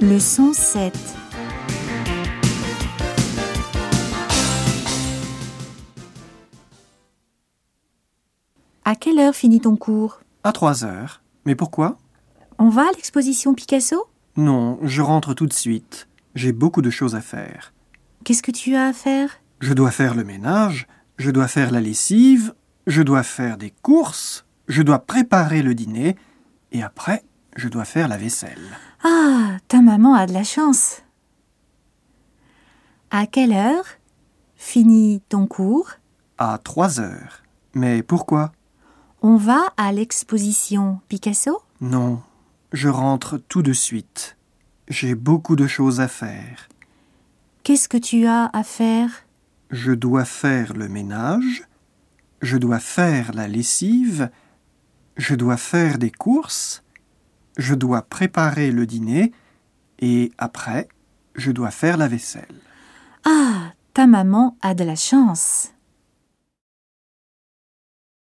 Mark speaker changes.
Speaker 1: Leçon 7 À quelle heure finit ton cours
Speaker 2: À 3 heures. Mais pourquoi
Speaker 1: On va à l'exposition Picasso
Speaker 2: Non, je rentre tout de suite. J'ai beaucoup de choses à faire.
Speaker 1: Qu'est-ce que tu as à faire
Speaker 2: Je dois faire le ménage, je dois faire la lessive, je dois faire des courses, je dois préparer le dîner, et après, je dois faire la vaisselle.
Speaker 1: Ah, ta maman a de la chance. À quelle heure finit ton cours
Speaker 2: À 3 heures. Mais pourquoi
Speaker 1: On va à l'exposition Picasso
Speaker 2: Non, je rentre tout de suite. J'ai beaucoup de choses à faire.
Speaker 1: Qu'est-ce que tu as à faire
Speaker 2: Je dois faire le ménage, je dois faire la lessive, je dois faire des courses, je dois préparer le dîner et après, je dois faire la vaisselle.
Speaker 1: Ah, ta maman a de la chance.